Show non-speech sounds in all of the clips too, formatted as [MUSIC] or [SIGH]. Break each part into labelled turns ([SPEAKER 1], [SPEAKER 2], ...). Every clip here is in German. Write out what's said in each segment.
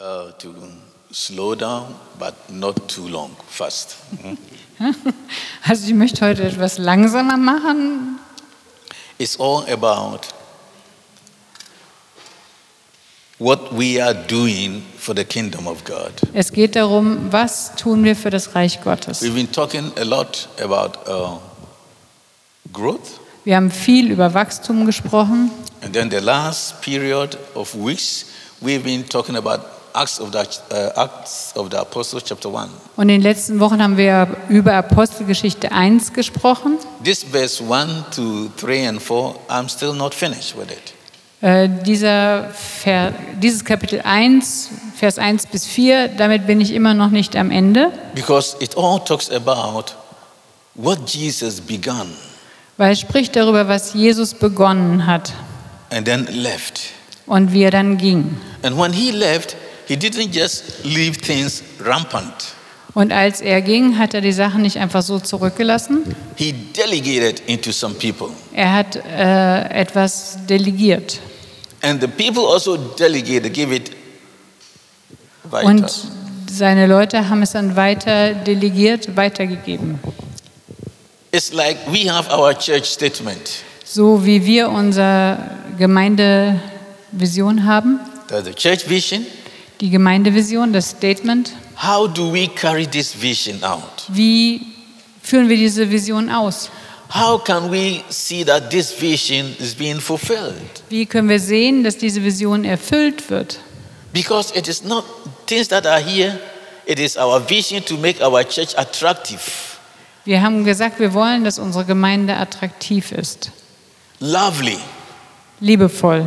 [SPEAKER 1] Uh, to slow down, but not too long, fast.
[SPEAKER 2] Also ich möchte heute etwas langsamer machen.
[SPEAKER 1] It's all about what we are doing for the kingdom of God.
[SPEAKER 2] Es geht darum, was tun wir für das Reich Gottes.
[SPEAKER 1] We've been talking a lot about uh, growth,
[SPEAKER 2] Wir haben viel über Wachstum gesprochen
[SPEAKER 1] and then the last period of weeks, we've been talking about Acts of the, uh, Acts of the Apostles, chapter 1.
[SPEAKER 2] und in den letzten Wochen haben wir über Apostelgeschichte 1 gesprochen.
[SPEAKER 1] This verse 1 to 3 and 4, I'm still not finished with it.
[SPEAKER 2] Äh, dieser Ver dieses Kapitel 1, Vers 1 bis 4, damit bin ich immer noch nicht am Ende,
[SPEAKER 1] Because it all talks about what Jesus began
[SPEAKER 2] weil es spricht darüber, was Jesus begonnen hat
[SPEAKER 1] and then left.
[SPEAKER 2] und wie er dann ging.
[SPEAKER 1] And when he left, he didn't just leave things rampant,
[SPEAKER 2] Und als er ging, hat er die Sachen nicht einfach so zurückgelassen.
[SPEAKER 1] he delegated into some people.
[SPEAKER 2] Er hat äh, etwas delegiert.
[SPEAKER 1] And the people also delegated, gave it
[SPEAKER 2] Und
[SPEAKER 1] vitas.
[SPEAKER 2] seine Leute haben es dann weiter delegiert, weitergegeben.
[SPEAKER 1] It's like we have our church statement
[SPEAKER 2] So wie wir unsere Gemeindevision haben,
[SPEAKER 1] There's the church vision.
[SPEAKER 2] die Gemeindevision, das Statement.
[SPEAKER 1] How do we carry this vision out?
[SPEAKER 2] Wie führen wir diese Vision aus?
[SPEAKER 1] How can we see that this vision is being fulfilled?
[SPEAKER 2] Wie können wir sehen, dass diese Vision erfüllt wird?
[SPEAKER 1] Because it is not things that are here, it is our vision to make our church attractive,
[SPEAKER 2] Wir haben gesagt, wir wollen, dass unsere Gemeinde attraktiv ist,
[SPEAKER 1] lovely,
[SPEAKER 2] liebevoll,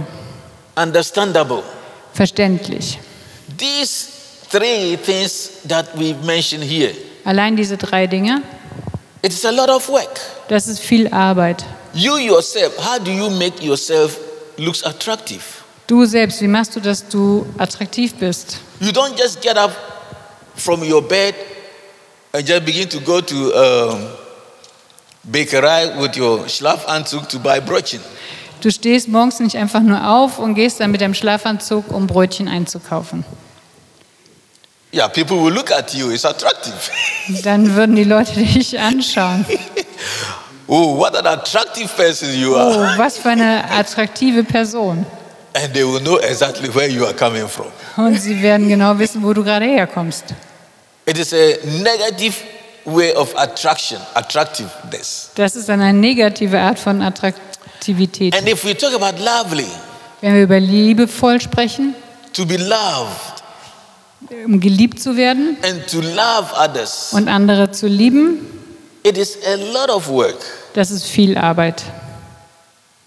[SPEAKER 1] understandable.
[SPEAKER 2] verständlich.
[SPEAKER 1] These three things that we've mentioned here,
[SPEAKER 2] Allein diese drei Dinge,
[SPEAKER 1] it is a lot of work.
[SPEAKER 2] das ist viel Arbeit.
[SPEAKER 1] You yourself, how do you make yourself looks attractive?
[SPEAKER 2] Du selbst, wie machst du, dass du attraktiv bist?
[SPEAKER 1] You don't just get up from your bed and just begin to go to um, bakery with your Schlafanzug to buy brötchen.
[SPEAKER 2] Du stehst morgens nicht einfach nur auf und gehst dann mit deinem Schlafanzug, um Brötchen einzukaufen.
[SPEAKER 1] Yeah, people will look at you. It's attractive. [LAUGHS]
[SPEAKER 2] Dann würden die Leute [LAUGHS] dich anschauen.
[SPEAKER 1] oh, what an attractive person you
[SPEAKER 2] Oh,
[SPEAKER 1] are.
[SPEAKER 2] was für eine attraktive Person.
[SPEAKER 1] And they will know exactly where you are coming from.
[SPEAKER 2] Und sie werden genau wissen, wo du gerade herkommst.
[SPEAKER 1] It is a negative way of attraction, attractiveness.
[SPEAKER 2] Das ist dann eine negative Art von Attraktivität.
[SPEAKER 1] And if we talk about lovely,
[SPEAKER 2] Wenn wir über liebevoll sprechen,
[SPEAKER 1] to be loved
[SPEAKER 2] um geliebt zu werden
[SPEAKER 1] and to love others,
[SPEAKER 2] und andere zu lieben,
[SPEAKER 1] it is a lot of work.
[SPEAKER 2] das ist viel Arbeit.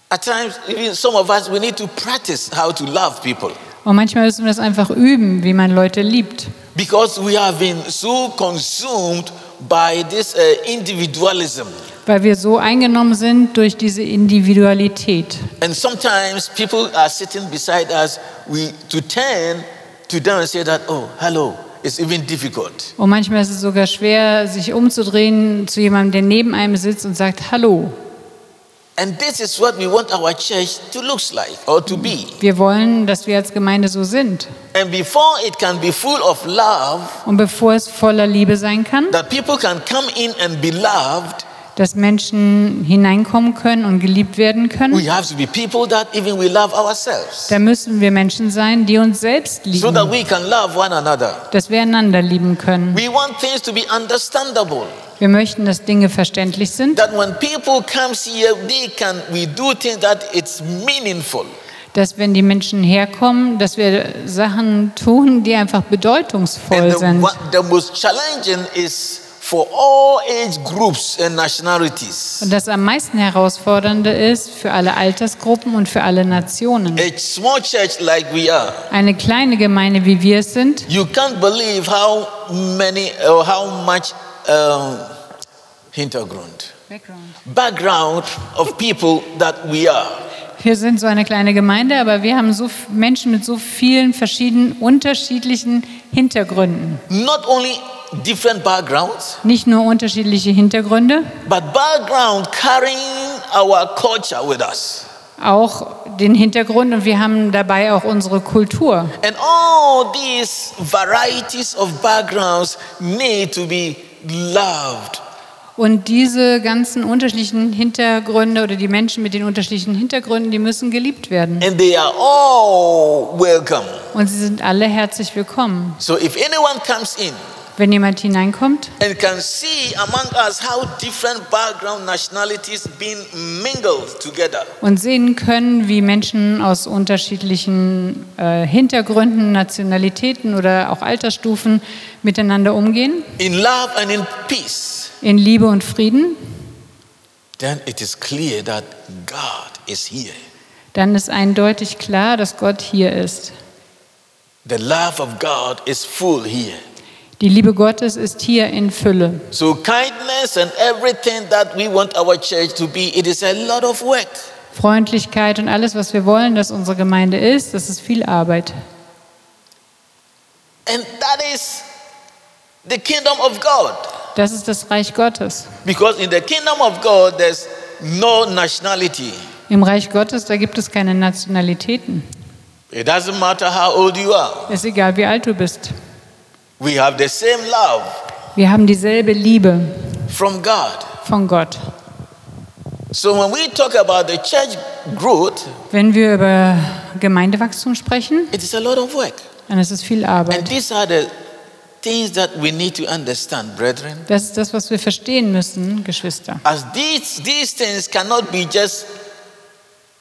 [SPEAKER 1] At times, even some of us, we need to practice how to love people
[SPEAKER 2] Und manchmal müssen wir das einfach üben, wie man Leute liebt.
[SPEAKER 1] because we have been so consumed by this uh, individualism.
[SPEAKER 2] Weil wir so eingenommen sind durch diese Individualität.
[SPEAKER 1] And sometimes people are sitting beside us, we to turn to them and say that, oh, hello, it's even difficult.
[SPEAKER 2] Und manchmal ist es sogar schwer, sich umzudrehen zu jemandem, der neben einem sitzt und sagt, hallo,
[SPEAKER 1] And this is what we want our church to look like or to be.
[SPEAKER 2] wir wollen, dass wir als Gemeinde so sind.
[SPEAKER 1] And before it can be full of love,
[SPEAKER 2] Und bevor es voller Liebe sein kann,
[SPEAKER 1] that people can come in and be loved,
[SPEAKER 2] dass Menschen hineinkommen können und geliebt
[SPEAKER 1] we
[SPEAKER 2] werden können,
[SPEAKER 1] have to be people that even we love ourselves.
[SPEAKER 2] da müssen wir Menschen sein, die uns selbst
[SPEAKER 1] So that
[SPEAKER 2] lieben,
[SPEAKER 1] we can love one another.
[SPEAKER 2] dass wir einander lieben können.
[SPEAKER 1] We want things to be understandable.
[SPEAKER 2] Wir möchten, dass Dinge verständlich sind,
[SPEAKER 1] That when people comes here, they can we do things that it's meaningful.
[SPEAKER 2] dass wenn die Menschen herkommen, dass wir Sachen tun, die einfach
[SPEAKER 1] And
[SPEAKER 2] bedeutungsvoll
[SPEAKER 1] the,
[SPEAKER 2] sind.
[SPEAKER 1] one- the most challenging is for all age groups and nationalities.
[SPEAKER 2] Und das am meisten herausfordernde ist für alle Altersgruppen und für alle Nationen.
[SPEAKER 1] A small church like we are,
[SPEAKER 2] Eine kleine Gemeinde, wie wir es sind,
[SPEAKER 1] you can't believe how many or how much um, hintergrund background of people that we are.
[SPEAKER 2] wir sind so eine kleine Gemeinde, aber wir haben so f- Menschen mit so vielen verschiedenen, unterschiedlichen Hintergründen.
[SPEAKER 1] Not only different backgrounds,
[SPEAKER 2] Nicht nur unterschiedliche Hintergründe,
[SPEAKER 1] but background carrying our culture with us.
[SPEAKER 2] auch den Hintergrund und wir haben dabei auch unsere Kultur.
[SPEAKER 1] And all these varieties of backgrounds need to be loved.
[SPEAKER 2] Und diese ganzen unterschiedlichen Hintergründe oder die Menschen mit den unterschiedlichen Hintergründen, die müssen geliebt werden.
[SPEAKER 1] And they are all welcome.
[SPEAKER 2] Und sie sind alle herzlich willkommen.
[SPEAKER 1] So if anyone comes in
[SPEAKER 2] Wenn jemand hineinkommt
[SPEAKER 1] and can see among us how different background nationalities being mingled together,
[SPEAKER 2] und sehen können, wie Menschen aus unterschiedlichen äh, Hintergründen, Nationalitäten oder auch Altersstufen miteinander umgehen,
[SPEAKER 1] in love and in peace,
[SPEAKER 2] in Liebe und Frieden,
[SPEAKER 1] then it is clear that God is here.
[SPEAKER 2] dann ist eindeutig klar, dass Gott hier ist.
[SPEAKER 1] The love of God is full here.
[SPEAKER 2] Die Liebe Gottes ist hier in Fülle.
[SPEAKER 1] So kindness and everything that we want our church to be, it is a lot of work.
[SPEAKER 2] Freundlichkeit und alles, was wir wollen, dass unsere Gemeinde ist, das ist viel Arbeit.
[SPEAKER 1] And that is the kingdom of God.
[SPEAKER 2] Das ist das Reich Gottes.
[SPEAKER 1] Because in the kingdom of God, there's no nationality.
[SPEAKER 2] Im Reich Gottes, da gibt es keine Nationalitäten.
[SPEAKER 1] It doesn't matter how old you are.
[SPEAKER 2] Ist egal, wie alt du bist.
[SPEAKER 1] We have the same love
[SPEAKER 2] Wir haben dieselbe Liebe
[SPEAKER 1] from God.
[SPEAKER 2] von Gott.
[SPEAKER 1] So when we talk about the church growth,
[SPEAKER 2] Wenn wir über Gemeindewachstum sprechen,
[SPEAKER 1] it is a lot of work.
[SPEAKER 2] dann ist es viel
[SPEAKER 1] And
[SPEAKER 2] Arbeit.
[SPEAKER 1] these are the things that we need to understand, brethren.
[SPEAKER 2] Das ist das, was wir verstehen müssen, Geschwister.
[SPEAKER 1] As these, these things cannot be just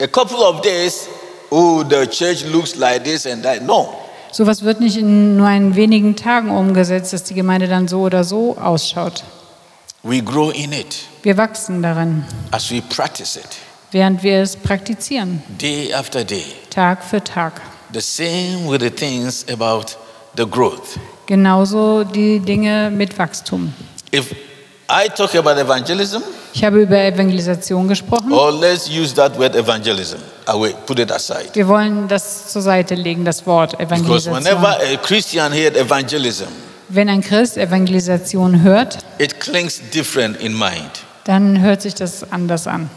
[SPEAKER 1] a couple of days, oh, the church looks like this and that. No.
[SPEAKER 2] Sowas wird nicht in nur in wenigen Tagen umgesetzt, dass die Gemeinde dann so oder so ausschaut.
[SPEAKER 1] We grow in it
[SPEAKER 2] Wir wachsen daran,
[SPEAKER 1] as we practice it
[SPEAKER 2] während wir es praktizieren,
[SPEAKER 1] day after day.
[SPEAKER 2] Tag für Tag.
[SPEAKER 1] The same with the things about the growth.
[SPEAKER 2] Genauso die Dinge mit Wachstum.
[SPEAKER 1] If I talk about evangelism,
[SPEAKER 2] Ich habe über Evangelisation gesprochen.
[SPEAKER 1] or let's use that word evangelism, I will put it aside.
[SPEAKER 2] Wir wollen das zur Seite legen, das Wort
[SPEAKER 1] Because whenever
[SPEAKER 2] Evangelisation.
[SPEAKER 1] a Christian hears evangelism,
[SPEAKER 2] Wenn ein Christ Evangelisation hört,
[SPEAKER 1] it clings different in mind.
[SPEAKER 2] dann hört sich das anders an.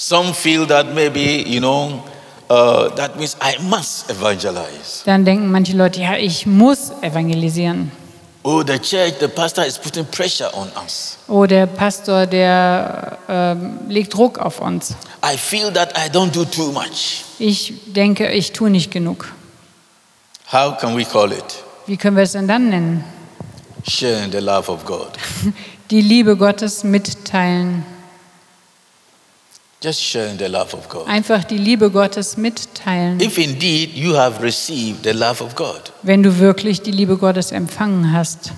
[SPEAKER 1] Some feel that maybe, you know, uh, that means I must evangelize.
[SPEAKER 2] Dann denken manche Leute, ja, ich muss evangelisieren.
[SPEAKER 1] Oh, the church, the pastor is putting pressure on us.
[SPEAKER 2] Oh, der Pastor, der ähm, legt Druck auf uns.
[SPEAKER 1] I feel that I don't do too much.
[SPEAKER 2] Ich denke, ich tue nicht genug.
[SPEAKER 1] How can we call it?
[SPEAKER 2] Wie können wir es denn dann nennen?
[SPEAKER 1] Sharing the love of God.
[SPEAKER 2] Die Liebe Gottes mitteilen.
[SPEAKER 1] Just sharing the love of God.
[SPEAKER 2] Einfach die Liebe Gottes mitteilen.
[SPEAKER 1] If indeed you have received the love of God,
[SPEAKER 2] Wenn du wirklich die Liebe Gottes empfangen hast,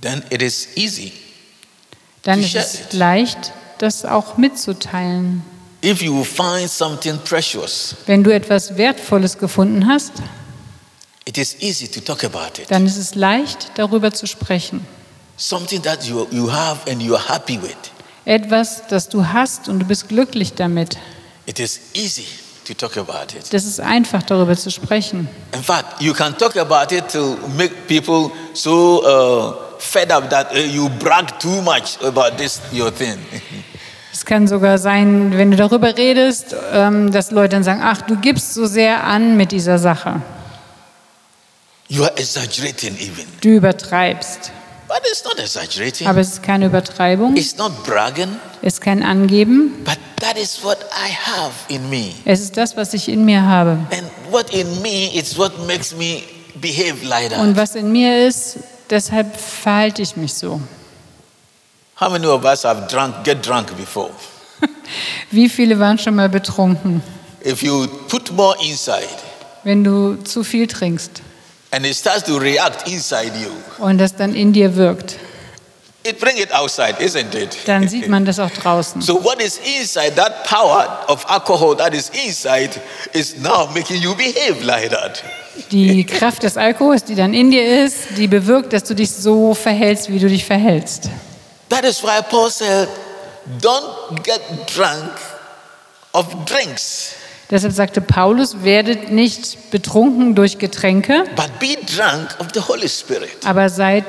[SPEAKER 1] then it is easy.
[SPEAKER 2] dann
[SPEAKER 1] Die
[SPEAKER 2] ist es
[SPEAKER 1] Schätzt.
[SPEAKER 2] leicht, das auch mitzuteilen.
[SPEAKER 1] If you find something precious,
[SPEAKER 2] Wenn du etwas Wertvolles gefunden hast,
[SPEAKER 1] it is easy to talk about it.
[SPEAKER 2] dann ist es leicht, darüber zu sprechen.
[SPEAKER 1] Something that you, you have and you are happy with,
[SPEAKER 2] Etwas, das du hast und du bist glücklich damit.
[SPEAKER 1] it is easy to talk about it.
[SPEAKER 2] Das ist einfach, darüber zu sprechen.
[SPEAKER 1] In fact, you can talk about it to make people so uh, fed up that uh, you brag too much about this your thing. [LAUGHS]
[SPEAKER 2] Es kann sogar sein, wenn du darüber redest, ähm, dass Leute dann sagen, ach, du gibst so sehr an mit dieser Sache.
[SPEAKER 1] you are exaggerating even,
[SPEAKER 2] Du übertreibst.
[SPEAKER 1] but it's not exaggerating.
[SPEAKER 2] Aber es ist keine Übertreibung, es
[SPEAKER 1] It's not bragging,
[SPEAKER 2] ist kein Angeben.
[SPEAKER 1] but that is what I have in me,
[SPEAKER 2] Es ist das, was ich in mir habe.
[SPEAKER 1] and what in me is what makes me behave like that.
[SPEAKER 2] Und was in mir ist, deshalb verhalte ich mich so. [LAUGHS]
[SPEAKER 1] How many of us have drunk, get drunk before?
[SPEAKER 2] Wie viele waren schon mal betrunken?
[SPEAKER 1] If you put more inside,
[SPEAKER 2] Wenn du zu viel trinkst
[SPEAKER 1] and it starts to react inside you,
[SPEAKER 2] und das dann in dir wirkt,
[SPEAKER 1] it bring it outside, isn't it?
[SPEAKER 2] dann sieht man das auch draußen.
[SPEAKER 1] So what is inside, that power of alcohol that is inside, is now making you behave like that.
[SPEAKER 2] Die Kraft des Alkohols, die dann in dir ist, die bewirkt, dass du dich so verhältst, wie du dich verhältst.
[SPEAKER 1] That is why Paul said, don't get drunk of drinks,
[SPEAKER 2] Deshalb sagte Paulus, werdet nicht betrunken durch Getränke,
[SPEAKER 1] but be drunk of the Holy Spirit.
[SPEAKER 2] aber seid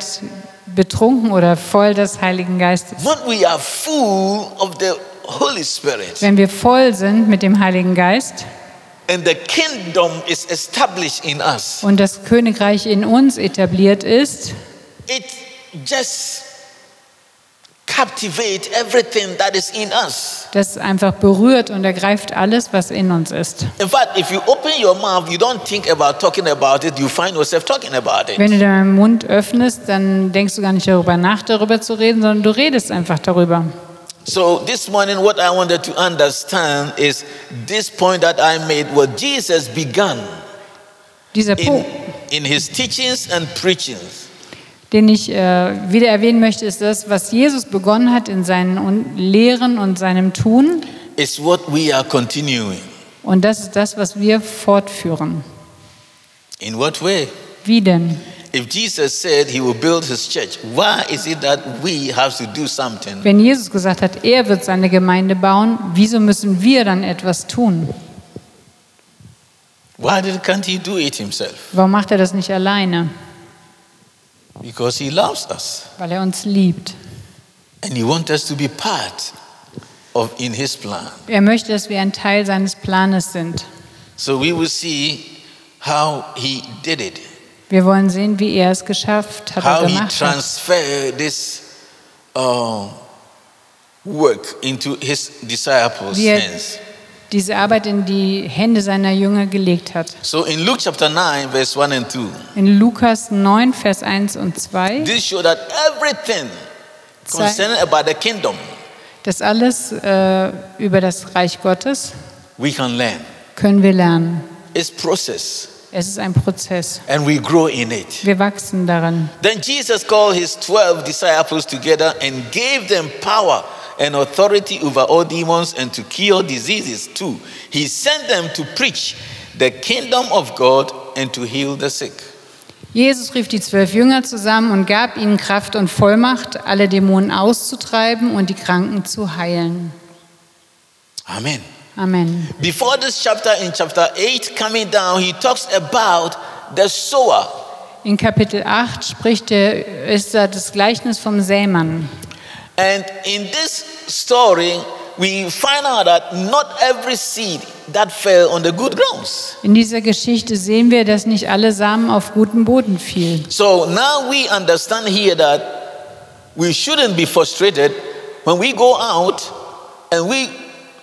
[SPEAKER 2] betrunken oder voll des Heiligen Geistes.
[SPEAKER 1] When we are full of the Holy Spirit.
[SPEAKER 2] wenn wir voll sind mit dem Heiligen Geist
[SPEAKER 1] And the kingdom is established in us.
[SPEAKER 2] und das Königreich in uns etabliert ist,
[SPEAKER 1] It just captivates everything that is in us.
[SPEAKER 2] das einfach berührt und ergreift alles, was in uns ist.
[SPEAKER 1] In fact, if you open your mouth, you don't think about talking about it, you find yourself talking about it.
[SPEAKER 2] Wenn du deinen Mund öffnest, dann denkst du gar nicht darüber nach, darüber zu reden, sondern du redest einfach darüber.
[SPEAKER 1] So this morning, what I wanted to understand is this point that I made, what Jesus began
[SPEAKER 2] Dieser
[SPEAKER 1] in,
[SPEAKER 2] Punkt,
[SPEAKER 1] in his teachings and preachings.
[SPEAKER 2] den ich äh, wieder erwähnen möchte, ist das, was Jesus begonnen hat in seinen Un Lehren und seinem Tun.
[SPEAKER 1] is what we are continuing.
[SPEAKER 2] Und das ist das, was wir fortführen.
[SPEAKER 1] In what way?
[SPEAKER 2] Wie denn?
[SPEAKER 1] If Jesus said he will build his church, why is it that we have to do something?
[SPEAKER 2] Wenn Jesus gesagt hat, er wird seine Gemeinde bauen, wieso müssen wir dann etwas tun?
[SPEAKER 1] Why did, can't he do it himself?
[SPEAKER 2] Warum macht er das nicht alleine?
[SPEAKER 1] Because he loves us
[SPEAKER 2] Weil er uns liebt.
[SPEAKER 1] and he wants us to be part of in his plan.
[SPEAKER 2] Er möchte, dass wir ein Teil seines Planes sind.
[SPEAKER 1] So we will see how he did it,
[SPEAKER 2] Wir wollen sehen, wie er es geschafft hat
[SPEAKER 1] how
[SPEAKER 2] und
[SPEAKER 1] he
[SPEAKER 2] gemacht hat.
[SPEAKER 1] transferred this uh, work into his disciples'
[SPEAKER 2] Wie er
[SPEAKER 1] hands.
[SPEAKER 2] diese Arbeit in die Hände seiner Jünger gelegt hat.
[SPEAKER 1] So in Luke chapter 9, verse 1 and 2.
[SPEAKER 2] In Lukas 9, Vers 1 und 2
[SPEAKER 1] This show that everything concerning about the kingdom
[SPEAKER 2] Das alles äh, über das Reich Gottes
[SPEAKER 1] we can learn.
[SPEAKER 2] können wir lernen.
[SPEAKER 1] It's process
[SPEAKER 2] Es ist ein Prozess.
[SPEAKER 1] and we grow in it.
[SPEAKER 2] Wir wachsen daran.
[SPEAKER 1] Then Jesus called his 12 disciples together and gave them power and authority over all demons and to cure diseases too. He sent them to preach the kingdom of God and to heal the sick.
[SPEAKER 2] Jesus rief die zwölf Jünger zusammen und gab ihnen Kraft und Vollmacht, alle Dämonen auszutreiben und die Kranken zu heilen.
[SPEAKER 1] Amen.
[SPEAKER 2] Amen.
[SPEAKER 1] Before this chapter, in chapter 8, coming down, he talks about the sower.
[SPEAKER 2] In Kapitel 8 spricht der, ist da das Gleichnis vom Sämann.
[SPEAKER 1] And in this story, we find out that not every seed that fell on the good grounds.
[SPEAKER 2] In dieser Geschichte sehen wir, dass nicht alle Samen auf guten Boden fielen.
[SPEAKER 1] So now we understand here that we shouldn't be frustrated when we go out and we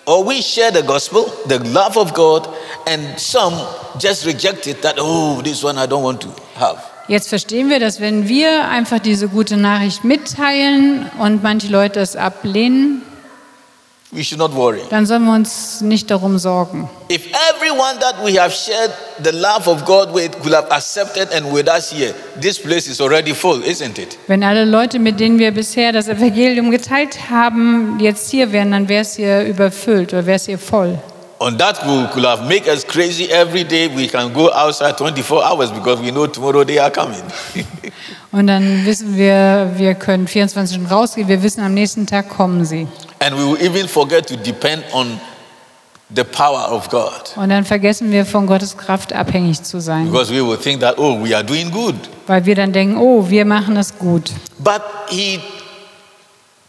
[SPEAKER 1] or we share the gospel, the love of God, and some just reject it that, oh, this one I don't want to have.
[SPEAKER 2] Jetzt verstehen wir, dass wenn wir einfach diese gute Nachricht mitteilen und manche Leute es ablehnen,
[SPEAKER 1] We should not worry.
[SPEAKER 2] dann sollen wir uns nicht darum sorgen.
[SPEAKER 1] If everyone that we have shared the love of God with could have accepted and with us here, this place is already full, isn't it?
[SPEAKER 2] Wenn alle Leute, mit denen wir bisher das Evangelium geteilt haben, jetzt hier wären, dann wäre es hier überfüllt oder wäre es hier voll.
[SPEAKER 1] On that we could have make us crazy every day. We can go outside 24 hours because we know tomorrow they are coming.
[SPEAKER 2] Und dann wissen wir, wir können 24 Stunden rausgehen, wir wissen, am nächsten Tag kommen sie.
[SPEAKER 1] and we will even forget to depend on the power of God
[SPEAKER 2] Und dann vergessen wir, von Gottes Kraft abhängig zu sein,
[SPEAKER 1] because we will think that, oh, we are doing good.
[SPEAKER 2] weil wir dann denken, oh, wir machen es gut.
[SPEAKER 1] But he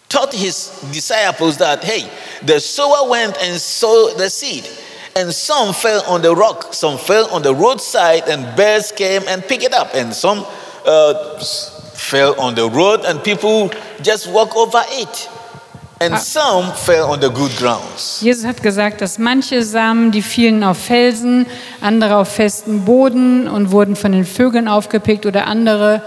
[SPEAKER 1] taught his disciples that, hey, the sower went and sowed the seed. And some fell on the rock, some fell on the roadside, and birds came and picked it up. And some uh, s- fell on the road, and people just walk over it. And some fell on the good grounds.
[SPEAKER 2] Jesus hat gesagt, dass manche Samen, die fielen auf Felsen, andere auf festen Boden und wurden von den Vögeln aufgepickt oder andere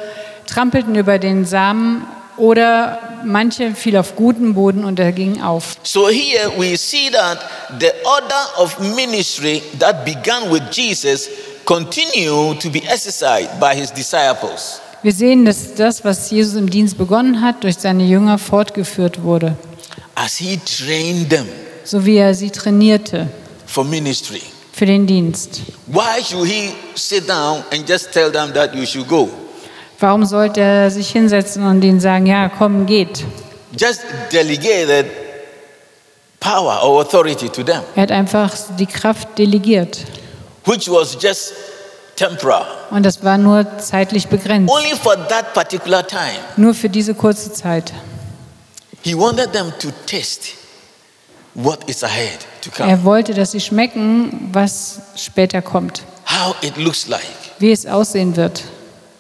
[SPEAKER 2] trampelten über den Samen oder manche fiel auf guten Boden und er ging auf.
[SPEAKER 1] So here we see that the order of ministry that began with Jesus continued to be exercised by his disciples.
[SPEAKER 2] Wir sehen, dass das, was Jesus im Dienst begonnen hat, durch seine Jünger fortgeführt wurde,
[SPEAKER 1] as he trained them
[SPEAKER 2] so wie er sie trainierte
[SPEAKER 1] for ministry.
[SPEAKER 2] für den Dienst.
[SPEAKER 1] Why should he sit down and just tell them that you should go?
[SPEAKER 2] Warum sollte er sich hinsetzen und ihnen sagen, ja, komm, geht?
[SPEAKER 1] Just delegated power or authority to them,
[SPEAKER 2] Er hat einfach die Kraft delegiert.
[SPEAKER 1] which was just temporal,
[SPEAKER 2] Und das war nur zeitlich begrenzt.
[SPEAKER 1] only for that particular time.
[SPEAKER 2] Nur für diese kurze Zeit.
[SPEAKER 1] He wanted them to taste what is ahead to come,
[SPEAKER 2] Er wollte, dass sie schmecken, was später kommt,
[SPEAKER 1] how it looks like.
[SPEAKER 2] wie es aussehen wird.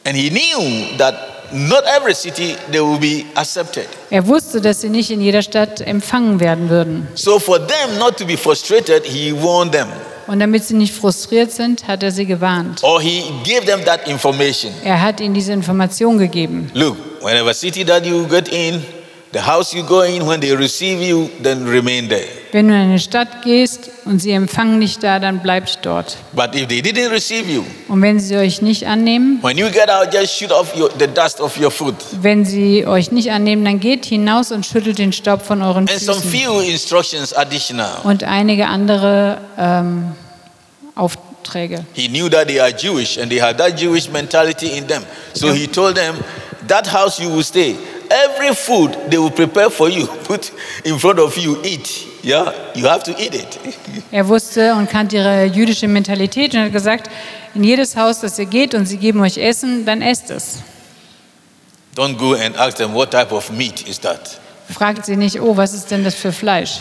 [SPEAKER 1] And he knew that not every city they will be accepted.
[SPEAKER 2] Er wusste, dass sie nicht in jeder Stadt empfangen werden würden.
[SPEAKER 1] So for them not to be frustrated, he warned them
[SPEAKER 2] Und damit sie nicht frustriert sind, hat er sie gewarnt.
[SPEAKER 1] or he gave them that information.
[SPEAKER 2] Er hat ihnen diese Information gegeben.
[SPEAKER 1] Look, whenever city that you get in, the house you go in, when they receive you, then remain there.
[SPEAKER 2] Wenn du in eine Stadt gehst und sie empfangen dich da, dann bleibt dort.
[SPEAKER 1] But if they didn't receive you,
[SPEAKER 2] Und wenn sie euch nicht annehmen,
[SPEAKER 1] when you get out, just shoot off your, the dust off your foot.
[SPEAKER 2] wenn sie euch nicht annehmen, dann geht hinaus und schüttelt den Staub von euren
[SPEAKER 1] And some
[SPEAKER 2] Füßen.
[SPEAKER 1] few instructions additional.
[SPEAKER 2] Und einige andere ähm, Aufträge.
[SPEAKER 1] He knew that they are Jewish and they had that Jewish mentality in them. So he told them, That house you will stay. Every food they will prepare for you, [LAUGHS] put in front of you, eat. Yeah, you have to eat it.
[SPEAKER 2] Er wusste und kannte ihre jüdische Mentalität und hat gesagt, in jedes Haus, das ihr geht und sie geben euch Essen, dann esst es.
[SPEAKER 1] Don't go and ask them what type of meat is that.
[SPEAKER 2] Fragt sie nicht, oh, was ist denn das für Fleisch?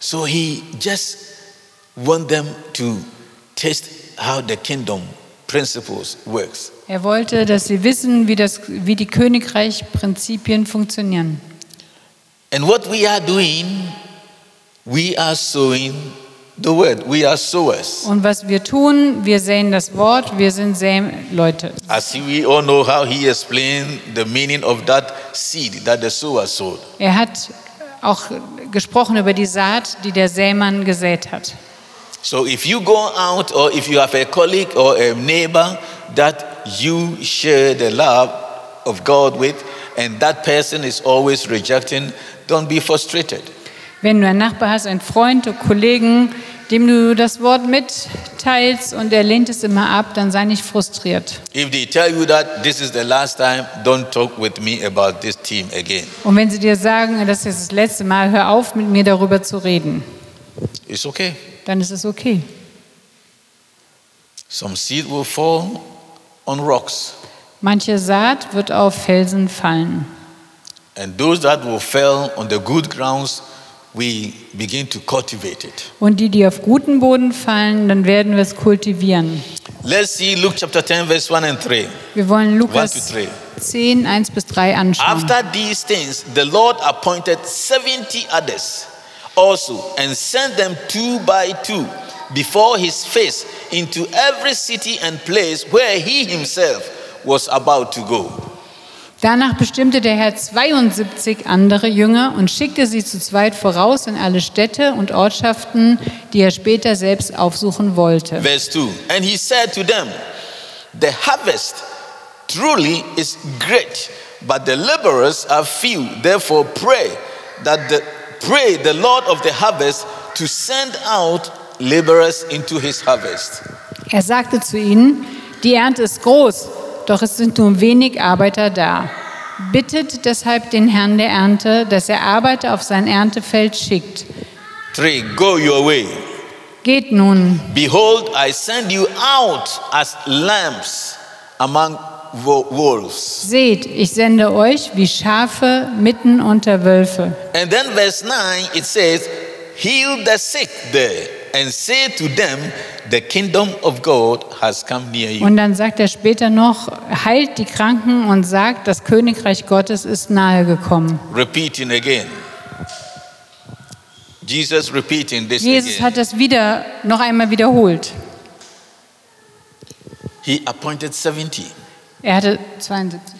[SPEAKER 1] So he just want them to taste how the kingdom principles works.
[SPEAKER 2] Er wollte, dass sie wissen, wie, das, wie die Königreich-Prinzipien funktionieren.
[SPEAKER 1] And what we are doing, we are sowing the word. We are sowers.
[SPEAKER 2] Und was wir tun, wir säen das Wort, wir sind Sämleute.
[SPEAKER 1] As we all know how he explained the meaning of that seed that the sower sowed.
[SPEAKER 2] Er hat auch gesprochen über die Saat, die der Sämann gesät hat.
[SPEAKER 1] So if you go out or if you have a colleague or a neighbor that you share the love of God with and that person is always rejecting, don't be frustrated.
[SPEAKER 2] Wenn du einen Nachbar hast, einen Freund oder Kollegen, dem du das Wort mitteilst und er lehnt es immer ab, dann sei nicht frustriert.
[SPEAKER 1] If they tell you that this is the last time, don't talk with me about this team again.
[SPEAKER 2] Und wenn sie dir sagen, das ist jetzt das letzte Mal, hör auf, mit mir darüber zu reden,
[SPEAKER 1] It's okay.
[SPEAKER 2] dann ist es okay.
[SPEAKER 1] Some seed will fall on rocks,
[SPEAKER 2] Manche Saat wird auf Felsen fallen.
[SPEAKER 1] and those that will fall on the good grounds, we begin to cultivate it.
[SPEAKER 2] Und die, die auf guten Boden fallen, dann werden wir es kultivieren.
[SPEAKER 1] Let's see Luke chapter 10, verse 1 and 3.
[SPEAKER 2] Wir wollen
[SPEAKER 1] One
[SPEAKER 2] Lukas
[SPEAKER 1] to three.
[SPEAKER 2] 10, 1 bis 3 anschauen.
[SPEAKER 1] After these things, the Lord appointed 70 others also and sent them two by two before his face into every city and place where he himself was about to go.
[SPEAKER 2] Danach bestimmte der Herr 72 andere Jünger und schickte sie zu zweit voraus in alle Städte und Ortschaften, die er später selbst aufsuchen wollte.
[SPEAKER 1] Verse 2 And he said to them, The harvest truly is great, but the laborers are few. Therefore, pray that the pray the Lord of the harvest to send out laborers into his harvest.
[SPEAKER 2] Er sagte zu ihnen, die Ernte ist groß, doch es sind nur wenig Arbeiter da. Bittet deshalb den Herrn der Ernte, dass er Arbeiter auf sein Erntefeld schickt.
[SPEAKER 1] 3 Go your way.
[SPEAKER 2] Geht nun,
[SPEAKER 1] Behold, I send you out as lambs among wo- wolves.
[SPEAKER 2] seht, ich sende euch wie Schafe mitten unter Wölfe.
[SPEAKER 1] And then verse 9 it says, Heal the sick there and say to them, The kingdom of God has come near you.
[SPEAKER 2] Und dann sagt er später noch, heilt die Kranken und sagt, das Königreich Gottes ist nahegekommen.
[SPEAKER 1] Repeating again. Jesus repeating this
[SPEAKER 2] Jesus
[SPEAKER 1] again.
[SPEAKER 2] hat das wieder noch einmal wiederholt.
[SPEAKER 1] He appointed 70.
[SPEAKER 2] Er hatte 72.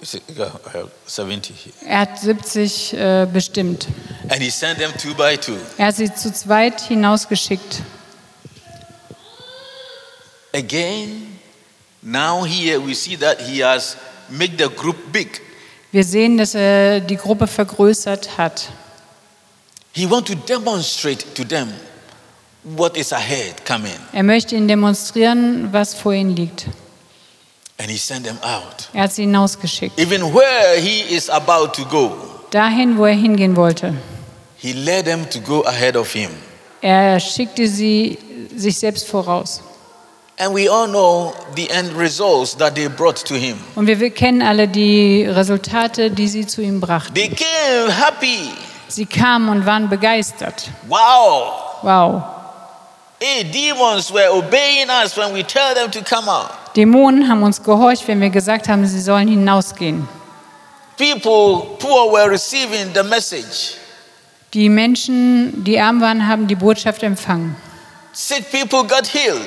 [SPEAKER 1] Is it- uh, uh, 70 here.
[SPEAKER 2] Er hat 70 äh, bestimmt.
[SPEAKER 1] And he sent them two by two.
[SPEAKER 2] Er hat sie zu zweit hinausgeschickt.
[SPEAKER 1] Again, now here we see that he has made the group big.
[SPEAKER 2] Wir sehen, dass er die Gruppe vergrößert hat.
[SPEAKER 1] He wants to demonstrate to them what is ahead coming.
[SPEAKER 2] Er möchte ihnen demonstrieren, was vor ihnen liegt.
[SPEAKER 1] And he sent them out.
[SPEAKER 2] Er hat sie hinausgeschickt.
[SPEAKER 1] Even where he is about to go,
[SPEAKER 2] Dahin, wo er hingehen wollte.
[SPEAKER 1] he led them to go ahead of him.
[SPEAKER 2] Er schickte sie sich selbst voraus.
[SPEAKER 1] And we all know the end results that they brought to him.
[SPEAKER 2] Und wir, wir kennen alle die Resultate, die sie zu ihm brachten.
[SPEAKER 1] They came happy.
[SPEAKER 2] Sie kamen und waren begeistert.
[SPEAKER 1] Wow.
[SPEAKER 2] Wow.
[SPEAKER 1] Hey, demons were obeying us when we tell them to come out.
[SPEAKER 2] Dämonen haben uns gehorcht, wenn wir gesagt haben, sie sollen hinausgehen.
[SPEAKER 1] People poor were receiving the message.
[SPEAKER 2] Die Menschen, die arm waren, haben die Botschaft empfangen.
[SPEAKER 1] Sick people got healed.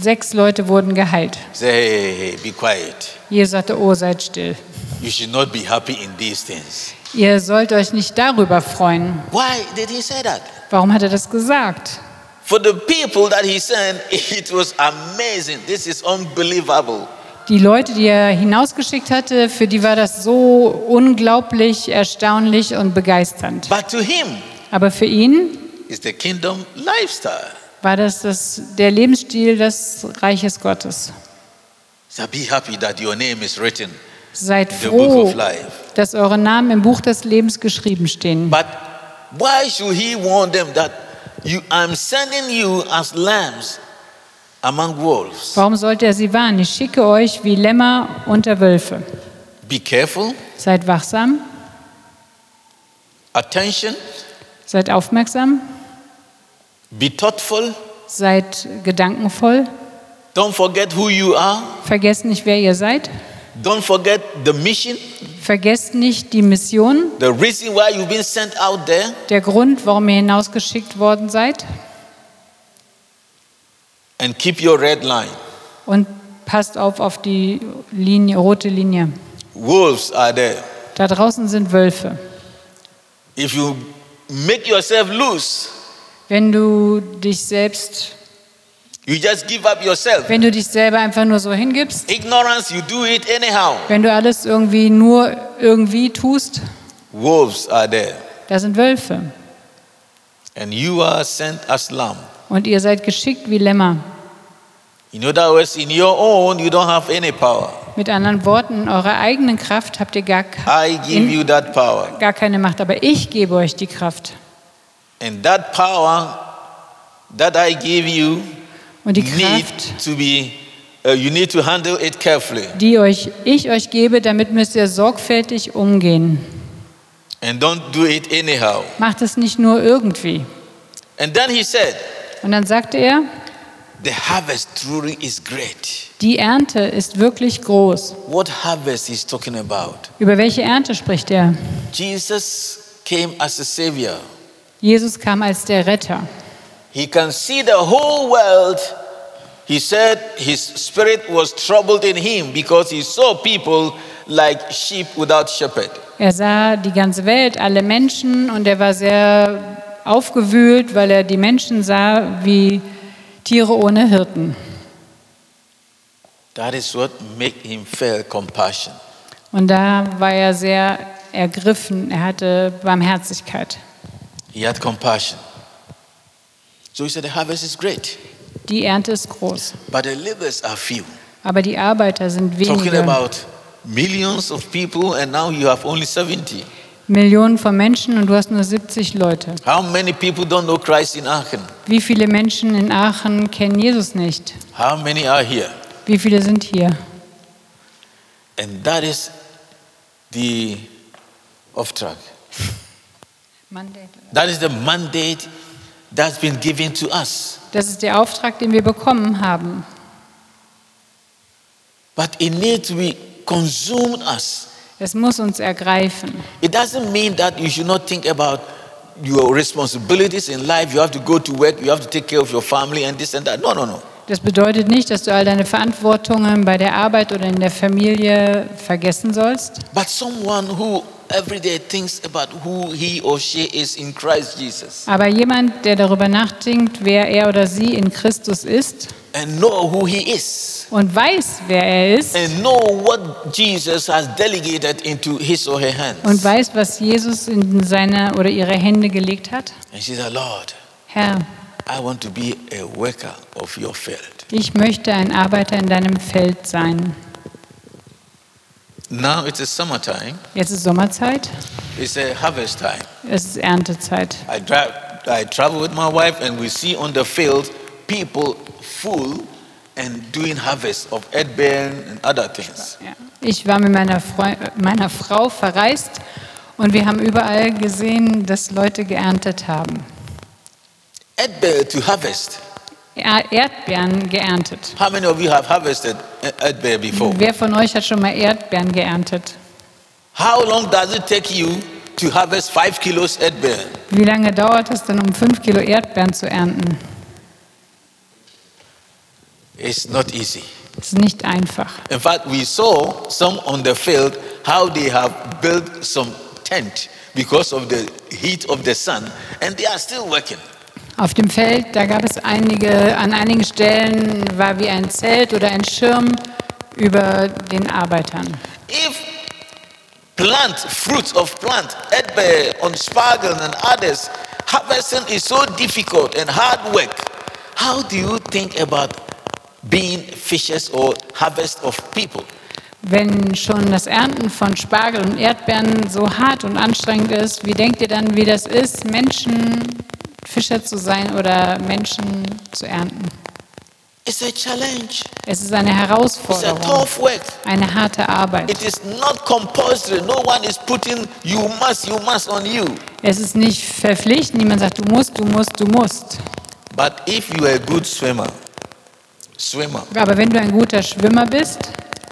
[SPEAKER 2] Sechs Leute wurden geheilt.
[SPEAKER 1] Say, hey, hey, hey, be quiet.
[SPEAKER 2] Jesus sagte, oh, seid still.
[SPEAKER 1] You should not be happy in these things.
[SPEAKER 2] Ihr sollt euch nicht darüber freuen.
[SPEAKER 1] Why did he say that?
[SPEAKER 2] Warum hat er das gesagt?
[SPEAKER 1] For the people that he sent, [LAUGHS] it was amazing. This is unbelievable.
[SPEAKER 2] Die Leute, die er hinausgeschickt hatte, für die war das so unglaublich erstaunlich und begeisternd.
[SPEAKER 1] But to him,
[SPEAKER 2] Aber für ihn
[SPEAKER 1] it's the kingdom lifestyle.
[SPEAKER 2] war das, das der Lebensstil des Reiches Gottes.
[SPEAKER 1] So be happy that your name is written
[SPEAKER 2] Seid
[SPEAKER 1] in the book
[SPEAKER 2] froh,
[SPEAKER 1] of life.
[SPEAKER 2] dass eure Namen im Buch des Lebens geschrieben stehen.
[SPEAKER 1] But why should he warn them that you I'm sending you as lambs among wolves?
[SPEAKER 2] Warum sollte er sie warnen? Ich schicke euch wie Lämmer unter Wölfe.
[SPEAKER 1] Be careful,
[SPEAKER 2] Seid wachsam,
[SPEAKER 1] attention,
[SPEAKER 2] seid aufmerksam,
[SPEAKER 1] be thoughtful,
[SPEAKER 2] seid gedankenvoll,
[SPEAKER 1] don't forget who you are,
[SPEAKER 2] vergesst nicht, wer ihr seid,
[SPEAKER 1] don't forget the mission,
[SPEAKER 2] vergesst nicht die Mission,
[SPEAKER 1] the reason why you've been sent out there.
[SPEAKER 2] der Grund, warum ihr hinausgeschickt worden seid
[SPEAKER 1] and keep your red line.
[SPEAKER 2] und passt auf auf die Linie, rote Linie.
[SPEAKER 1] Wolves are there.
[SPEAKER 2] Da draußen sind Wölfe.
[SPEAKER 1] If you make yourself loose,
[SPEAKER 2] Wenn du dich selbst,
[SPEAKER 1] you just give up yourself.
[SPEAKER 2] wenn du dich selber einfach nur so hingibst,
[SPEAKER 1] Ignorance, you do it anyhow.
[SPEAKER 2] wenn du alles irgendwie nur irgendwie tust,
[SPEAKER 1] Wolves are there.
[SPEAKER 2] da sind Wölfe.
[SPEAKER 1] And you are sent as lamb.
[SPEAKER 2] Und ihr seid geschickt wie Lämmer.
[SPEAKER 1] In other words, in your own, you don't have any power.
[SPEAKER 2] Mit anderen Worten, in eurer eigenen Kraft habt ihr gar, ke-
[SPEAKER 1] I give you that power.
[SPEAKER 2] gar keine Macht, aber ich gebe euch die Kraft.
[SPEAKER 1] And that power that I give you
[SPEAKER 2] Und die
[SPEAKER 1] need
[SPEAKER 2] Kraft,
[SPEAKER 1] to be, uh, you need to handle it carefully.
[SPEAKER 2] die euch, ich euch gebe, damit müsst ihr sorgfältig umgehen.
[SPEAKER 1] And don't do it anyhow.
[SPEAKER 2] Macht es nicht nur irgendwie.
[SPEAKER 1] And then he said,
[SPEAKER 2] Und dann sagte er,
[SPEAKER 1] The harvest truly is great.
[SPEAKER 2] die Ernte ist wirklich groß.
[SPEAKER 1] What harvest he's talking about?
[SPEAKER 2] Über welche Ernte spricht er?
[SPEAKER 1] Jesus came as a savior.
[SPEAKER 2] Jesus kam als der Retter.
[SPEAKER 1] He can see the whole world. He said his spirit was troubled in him because he saw people like sheep without shepherd.
[SPEAKER 2] Er sah die ganze Welt, alle Menschen und er war sehr aufgewühlt, weil er die Menschen sah wie Tiere ohne Hirten.
[SPEAKER 1] That is what made him feel compassion.
[SPEAKER 2] Und da war er sehr ergriffen, er hatte Barmherzigkeit.
[SPEAKER 1] He had compassion. So he said the harvest is great,
[SPEAKER 2] Die Ernte ist groß,
[SPEAKER 1] but the laborers are few.
[SPEAKER 2] aber die Arbeiter sind
[SPEAKER 1] Talking
[SPEAKER 2] wenige.
[SPEAKER 1] about millions of people and now you have only 70.
[SPEAKER 2] Millionen von Menschen und du hast nur 70 Leute.
[SPEAKER 1] How many people don't know Christ in Aachen?
[SPEAKER 2] Wie viele Menschen in Aachen kennen Jesus nicht?
[SPEAKER 1] How many are here?
[SPEAKER 2] Wie viele sind hier?
[SPEAKER 1] And that is the off track. That is the mandate that's been given to us.
[SPEAKER 2] Das ist der Auftrag, den wir bekommen haben.
[SPEAKER 1] But it needs to be consumed us.
[SPEAKER 2] Es muss uns ergreifen.
[SPEAKER 1] It doesn't mean that you should not think about your responsibilities in life. You have to go to work, you have to take care of your family and this and that. No, no, no.
[SPEAKER 2] Das bedeutet nicht, dass du all deine Verantwortungen bei der Arbeit oder in der Familie vergessen sollst,
[SPEAKER 1] But someone who every day thinks about who he or she is in Christ Jesus
[SPEAKER 2] aber jemand, der darüber nachdenkt, wer er oder sie in Christus ist
[SPEAKER 1] and know who he is
[SPEAKER 2] und weiß, wer er ist
[SPEAKER 1] and know what Jesus has delegated into his or her hands.
[SPEAKER 2] und weiß, was Jesus in seine oder ihre Hände gelegt hat.
[SPEAKER 1] And she said, Lord,
[SPEAKER 2] Herr,
[SPEAKER 1] I want to be a worker of your field.
[SPEAKER 2] ich möchte ein Arbeiter in deinem Feld sein.
[SPEAKER 1] Now it is summertime,
[SPEAKER 2] Jetzt ist Sommerzeit,
[SPEAKER 1] it's a harvest time.
[SPEAKER 2] es ist Erntezeit.
[SPEAKER 1] I, drive, I travel with my wife and we see on the field people full and doing harvest of headband and other things.
[SPEAKER 2] Ja. Ich war mit meiner, Freu meiner Frau verreist und wir haben überall gesehen, dass Leute geerntet haben.
[SPEAKER 1] Headband to harvest.
[SPEAKER 2] Er Erdbeeren geerntet.
[SPEAKER 1] How many of you have harvested eh, headband before?
[SPEAKER 2] Wer von euch hat schon mal Erdbeeren geerntet?
[SPEAKER 1] How long does it take you to harvest five kilos headband?
[SPEAKER 2] Wie lange dauert es denn, um 5 Kilo Erdbeeren zu ernten?
[SPEAKER 1] It's not easy.
[SPEAKER 2] Das ist nicht einfach.
[SPEAKER 1] In fact, we saw some on the field how they have built some tent because of the heat of the sun, and they are still working.
[SPEAKER 2] Auf dem Feld, da gab es einige, an einigen Stellen war wie ein Zelt oder ein Schirm über den Arbeitern.
[SPEAKER 1] If plant, fruits of plant, edbe, on spargel and others, harvesting is so difficult and hard work, how do you think about being fishers or harvest of people?
[SPEAKER 2] Wenn schon das Ernten von Spargel und Erdbeeren so hart und anstrengend ist, wie denkt ihr dann, wie das ist, Menschen Fischer zu sein oder Menschen zu ernten?
[SPEAKER 1] It's a challenge.
[SPEAKER 2] Es ist eine
[SPEAKER 1] It's a
[SPEAKER 2] Herausforderung,
[SPEAKER 1] tough work.
[SPEAKER 2] eine harte Arbeit.
[SPEAKER 1] It is not compulsory. No one is putting you must, you must on you.
[SPEAKER 2] Es ist nicht verpflichtend, niemand sagt, du musst, du musst, du musst.
[SPEAKER 1] But if you are a good swimmer, swimmer,
[SPEAKER 2] Aber wenn du ein guter Schwimmer bist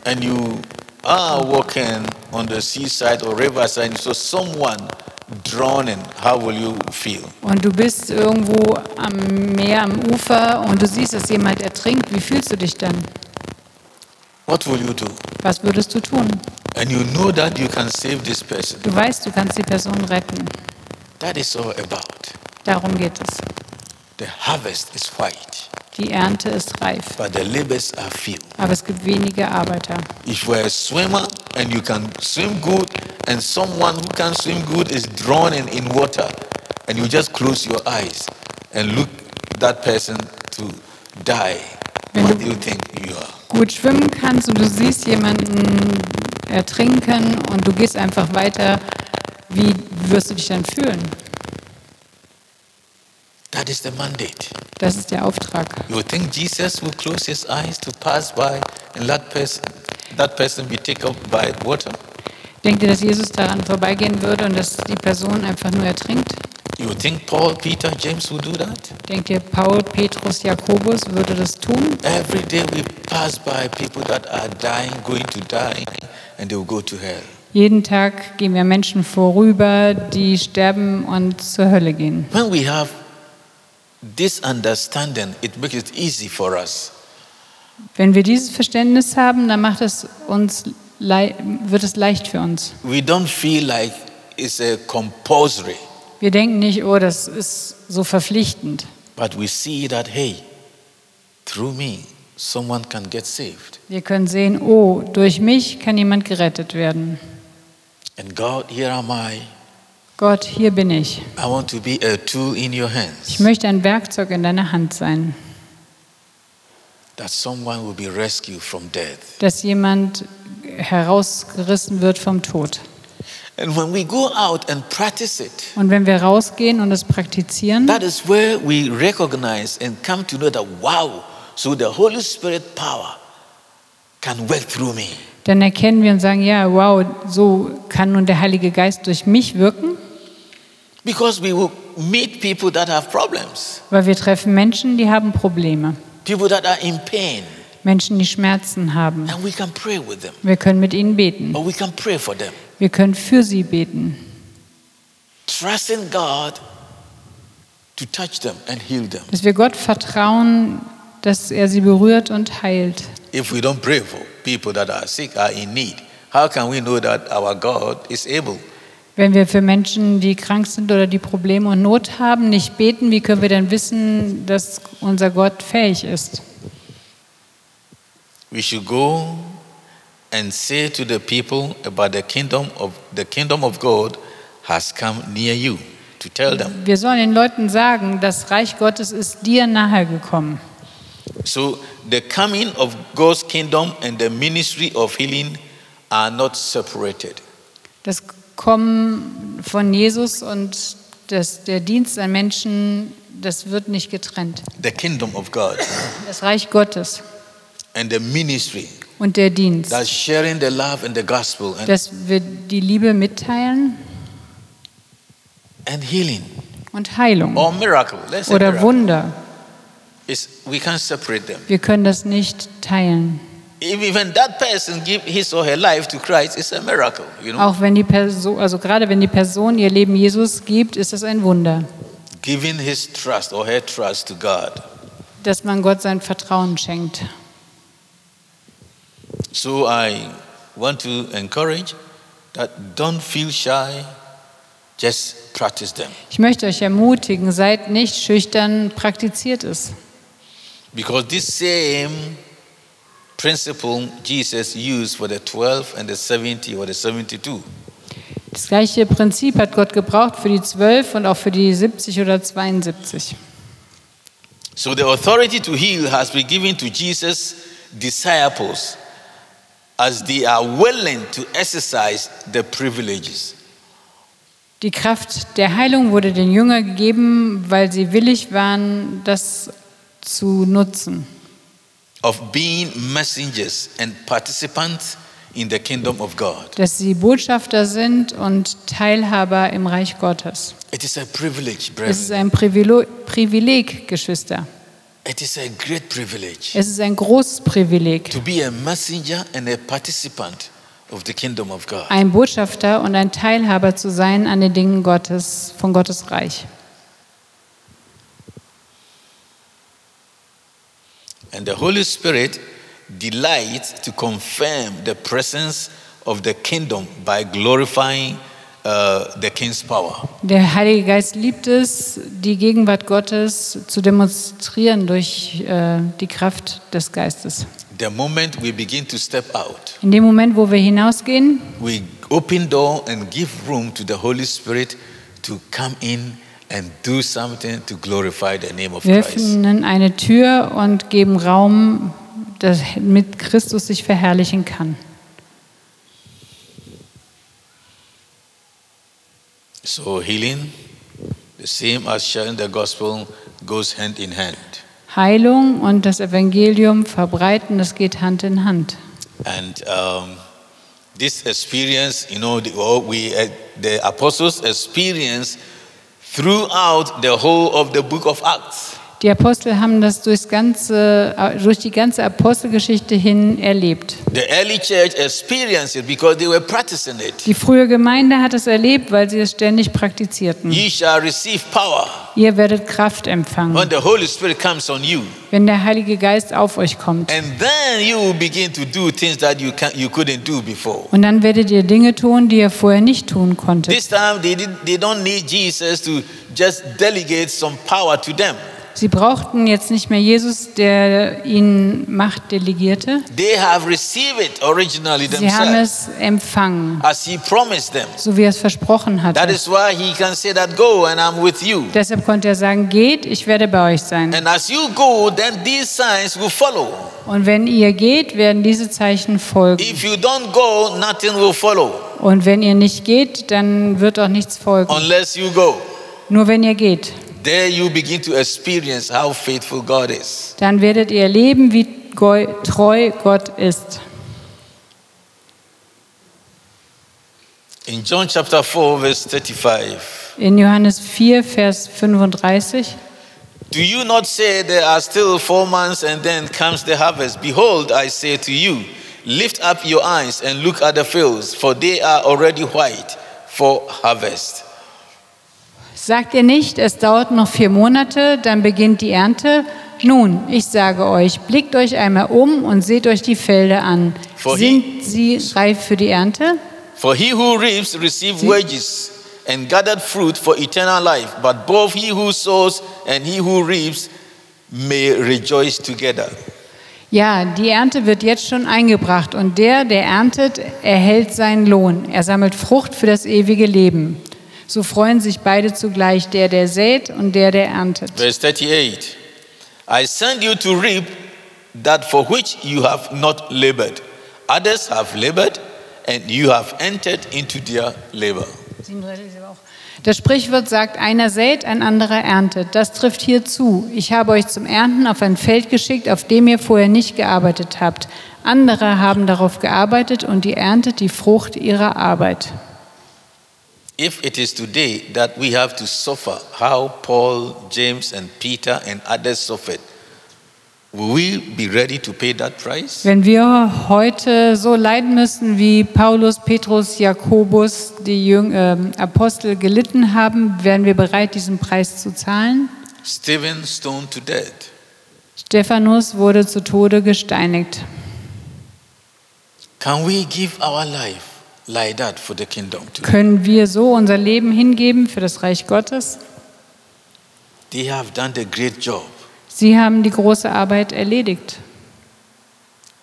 [SPEAKER 1] and you are walking on the seaside or riverside, so someone drowning, how will you feel?
[SPEAKER 2] und du bist irgendwo am Meer, am Ufer und du siehst, dass jemand ertrinkt, wie fühlst du dich dann?
[SPEAKER 1] What will you do?
[SPEAKER 2] Was würdest du tun?
[SPEAKER 1] And you know that you can save this person.
[SPEAKER 2] Du weißt, du kannst die Person retten.
[SPEAKER 1] That is all about.
[SPEAKER 2] Darum geht es.
[SPEAKER 1] The harvest is white,
[SPEAKER 2] Die Ernte ist reif,
[SPEAKER 1] but the labors are few.
[SPEAKER 2] aber es gibt wenige Arbeiter.
[SPEAKER 1] If you are a swimmer and you can swim good, and someone who can swim good is drowning in water, and you just close your eyes and look that person to die, what do you think you are?
[SPEAKER 2] Gut schwimmen kannst und du siehst jemanden ertrinken und du gehst einfach weiter, wie wirst du dich dann fühlen?
[SPEAKER 1] That is the mandate.
[SPEAKER 2] Das ist der Auftrag.
[SPEAKER 1] You think Jesus will close his eyes to pass by and let person, that person be taken up by water?
[SPEAKER 2] Denkt ihr, dass Jesus daran vorbeigehen würde und dass die Person einfach nur ertrinkt?
[SPEAKER 1] You think Paul, Peter, James will do that?
[SPEAKER 2] Denkt ihr, Paul, Petrus, Jakobus würde das tun?
[SPEAKER 1] Every day we pass by people that are dying, going to die, and they will go to hell.
[SPEAKER 2] Jeden Tag gehen wir Menschen vorüber, die sterben und zur Hölle gehen.
[SPEAKER 1] When we have this understanding, it makes it easy for us.
[SPEAKER 2] Wenn wir dieses Verständnis haben, dann macht es uns lei- wird es leicht für uns.
[SPEAKER 1] We don't feel like it's a compulsory,
[SPEAKER 2] Wir denken nicht, oh, das ist so verpflichtend.
[SPEAKER 1] but we see that, hey, through me, someone can get saved.
[SPEAKER 2] Wir können sehen, oh, durch mich kann jemand gerettet werden.
[SPEAKER 1] And God, here am I.
[SPEAKER 2] Gott, hier bin ich.
[SPEAKER 1] I want to be a tool in your
[SPEAKER 2] Ich
[SPEAKER 1] hands
[SPEAKER 2] möchte ein Werkzeug in deiner Hand sein,
[SPEAKER 1] that someone will be rescued from death.
[SPEAKER 2] dass jemand herausgerissen wird vom Tod.
[SPEAKER 1] And when we go out and practice it,
[SPEAKER 2] Und wenn wir rausgehen und es praktizieren,
[SPEAKER 1] that is where we recognize and come to know that, wow, so the Holy Spirit power can work through me.
[SPEAKER 2] dann erkennen wir und sagen, ja, wow, so kann nun der Heilige Geist durch mich wirken,
[SPEAKER 1] Because we will meet people that have problems,
[SPEAKER 2] weil wir treffen Menschen, die haben Probleme,
[SPEAKER 1] people that are in pain,
[SPEAKER 2] Menschen, die Schmerzen haben.
[SPEAKER 1] and we can pray with them,
[SPEAKER 2] Wir können mit ihnen beten,
[SPEAKER 1] or we can pray for them.
[SPEAKER 2] wir können für sie beten,
[SPEAKER 1] Trusting God to touch them and heal them.
[SPEAKER 2] dass wir Gott vertrauen, dass er sie berührt und heilt.
[SPEAKER 1] If we don't pray for people that are sick, are in need, how can we know that our God is able?
[SPEAKER 2] Wenn wir für Menschen, die krank sind oder die Probleme und Not haben, nicht beten, wie können wir dann wissen, dass unser Gott fähig ist?
[SPEAKER 1] We should go and say to the people about the kingdom of the kingdom of God has come near you to tell them.
[SPEAKER 2] Wir sollen den Leuten sagen, das Reich Gottes ist dir nahe gekommen.
[SPEAKER 1] So the coming of God's kingdom and the ministry of healing are not separated.
[SPEAKER 2] Das Kommen von Jesus und das, der Dienst an Menschen, das wird nicht getrennt.
[SPEAKER 1] The kingdom of God
[SPEAKER 2] Das Reich Gottes.
[SPEAKER 1] and the ministry.
[SPEAKER 2] und der Dienst,
[SPEAKER 1] That's sharing the love and the gospel and,
[SPEAKER 2] dass wir die Liebe mitteilen
[SPEAKER 1] and healing
[SPEAKER 2] und Heilung
[SPEAKER 1] or miracle. Let's say
[SPEAKER 2] oder
[SPEAKER 1] miracle.
[SPEAKER 2] Wunder.
[SPEAKER 1] It's- we can't separate them.
[SPEAKER 2] Wir können das nicht teilen.
[SPEAKER 1] If even that person give his or her life to Christ, it's a miracle, you know.
[SPEAKER 2] Auch wenn die Person, also gerade wenn die Person ihr Leben Jesus gibt, ist das ein Wunder,
[SPEAKER 1] Giving his trust or her trust to God.
[SPEAKER 2] dass man Gott sein Vertrauen schenkt.
[SPEAKER 1] So I want to encourage that don't feel shy, just practice them.
[SPEAKER 2] Ich möchte euch ermutigen, seid nicht schüchtern, praktiziert es.
[SPEAKER 1] Because this same principle Jesus used for the 12 and the 70 or the 72.
[SPEAKER 2] Das gleiche Prinzip hat Gott gebraucht für die 12 und auch für die 70 oder 72.
[SPEAKER 1] So the authority to heal has been given to Jesus' disciples as they are willing to exercise the privileges.
[SPEAKER 2] Die Kraft der Heilung wurde den Jüngern gegeben, weil sie willig waren, das zu nutzen,
[SPEAKER 1] of being messengers and participants in the kingdom of God.
[SPEAKER 2] dass sie Botschafter sind und Teilhaber im Reich Gottes.
[SPEAKER 1] It is a privilege,
[SPEAKER 2] Es ist
[SPEAKER 1] brethren.
[SPEAKER 2] ein Privilo Privileg, Geschwister.
[SPEAKER 1] It is a great privilege
[SPEAKER 2] Es ist ein großes Privileg,
[SPEAKER 1] to be a messenger and a participant of the kingdom of God.
[SPEAKER 2] ein Botschafter und ein Teilhaber zu sein an den Dingen Gottes, von Gottes Reich.
[SPEAKER 1] And the Holy Spirit delights to confirm the presence of the kingdom by glorifying uh, the king's power.
[SPEAKER 2] Der Heilige Geist liebt es, die Gegenwart Gottes zu demonstrieren durch äh, die Kraft des Geistes.
[SPEAKER 1] The moment we begin to step out,
[SPEAKER 2] In dem Moment, wo wir hinausgehen,
[SPEAKER 1] we open door and give room to the Holy Spirit to come in and do something to glorify the name of
[SPEAKER 2] wir
[SPEAKER 1] Christ.
[SPEAKER 2] öffnen eine Tür und geben Raum, damit Christus sich verherrlichen kann.
[SPEAKER 1] So healing, the same as sharing the gospel, goes hand in hand.
[SPEAKER 2] Heilung und das Evangelium verbreiten, das geht Hand in Hand.
[SPEAKER 1] And um, this experience, you know, the, all we uh, the apostles experience throughout the whole of the book of Acts.
[SPEAKER 2] Die Apostel haben das durchs ganze, durch die ganze Apostelgeschichte hin erlebt.
[SPEAKER 1] The early church experienced it because they were practicing it.
[SPEAKER 2] Die frühe Gemeinde hat es erlebt, weil sie es ständig praktizierten.
[SPEAKER 1] Ye shall receive power.
[SPEAKER 2] Ihr werdet Kraft
[SPEAKER 1] when
[SPEAKER 2] empfangen,
[SPEAKER 1] the Holy Spirit comes on you,
[SPEAKER 2] wenn der Heilige Geist auf euch kommt.
[SPEAKER 1] and then you will begin to do things that you can you couldn't do before.
[SPEAKER 2] Und dann werdet ihr Dinge tun, die ihr vorher nicht tun konntet.
[SPEAKER 1] This time they did, they don't need Jesus to just delegate some power to them.
[SPEAKER 2] Sie brauchten jetzt nicht mehr Jesus, der ihnen Macht delegierte.
[SPEAKER 1] They have received it originally
[SPEAKER 2] Sie haben
[SPEAKER 1] themselves,
[SPEAKER 2] es empfangen,
[SPEAKER 1] as He promised them.
[SPEAKER 2] so wie er es versprochen
[SPEAKER 1] That
[SPEAKER 2] hatte.
[SPEAKER 1] is why He can say that go and I'm with you.
[SPEAKER 2] Deshalb konnte er sagen, geht, ich werde bei euch sein.
[SPEAKER 1] And as you go, then these signs will follow.
[SPEAKER 2] Und wenn ihr geht, werden diese Zeichen folgen.
[SPEAKER 1] If you don't go, nothing will follow
[SPEAKER 2] Und wenn ihr nicht geht, dann wird auch nichts folgen.
[SPEAKER 1] unless you go.
[SPEAKER 2] Nur wenn ihr geht,
[SPEAKER 1] There you begin to experience how faithful God is.
[SPEAKER 2] dann werdet ihr erleben, wie geu- treu Gott ist.
[SPEAKER 1] In John chapter 4, verse 35,
[SPEAKER 2] In Johannes 4, Vers 35.
[SPEAKER 1] do you not say there are still four months and then comes the harvest? Behold, I say to you, lift up your eyes and look at the fields, for they are already white for harvest.
[SPEAKER 2] Sagt ihr nicht, es dauert noch vier Monate, dann beginnt die Ernte? Nun, ich sage euch, blickt euch einmal um und seht euch die Felder an.
[SPEAKER 1] Vorhin-
[SPEAKER 2] Sind sie reif für die Ernte?
[SPEAKER 1] For he who reaps receives wages and gathered fruit for eternal life, but both he who sows and he who reaps may rejoice together.
[SPEAKER 2] Ja, die Ernte wird jetzt schon eingebracht und der, der erntet, erhält seinen Lohn. Er sammelt Frucht für das ewige Leben. So freuen sich beide zugleich, der, der sät und der, der erntet.
[SPEAKER 1] Verse 38 I send you to reap that for which you have not labored. Others have labored, and you have entered into their labor.
[SPEAKER 2] Sieben Drittel ist aber auch. Das Sprichwort sagt, einer sät, ein anderer erntet. Das trifft hier zu. Ich habe euch zum Ernten auf ein Feld geschickt, auf dem ihr vorher nicht gearbeitet habt. Andere haben darauf gearbeitet und ihr erntet die Frucht ihrer Arbeit.
[SPEAKER 1] If it is today that we have to suffer how Paul, James, and Peter and others suffered, will we be ready to pay that price?
[SPEAKER 2] Wenn wir heute so leiden müssen, wie Paulus, Petrus, Jakobus, die Jüng ähm, Apostel gelitten haben, wären wir bereit, diesen Preis zu zahlen?
[SPEAKER 1] Stephen stoned to death.
[SPEAKER 2] Stephanus wurde zu Tode gesteinigt.
[SPEAKER 1] Can we give our life like that for the kingdom? Today?
[SPEAKER 2] Können wir so unser Leben hingeben für das Reich Gottes?
[SPEAKER 1] They have done the great job.
[SPEAKER 2] Sie haben die große Arbeit erledigt.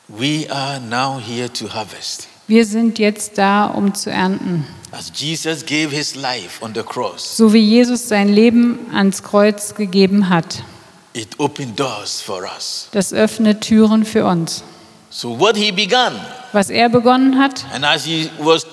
[SPEAKER 1] We are now here to harvest.
[SPEAKER 2] Wir sind jetzt da, um zu ernten.
[SPEAKER 1] As Jesus gave his life on the cross,
[SPEAKER 2] So wie Jesus sein Leben ans Kreuz gegeben hat.
[SPEAKER 1] it opened doors for us.
[SPEAKER 2] Das öffnet Türen für uns.
[SPEAKER 1] So, what he began,
[SPEAKER 2] Was er begonnen hat
[SPEAKER 1] and as he was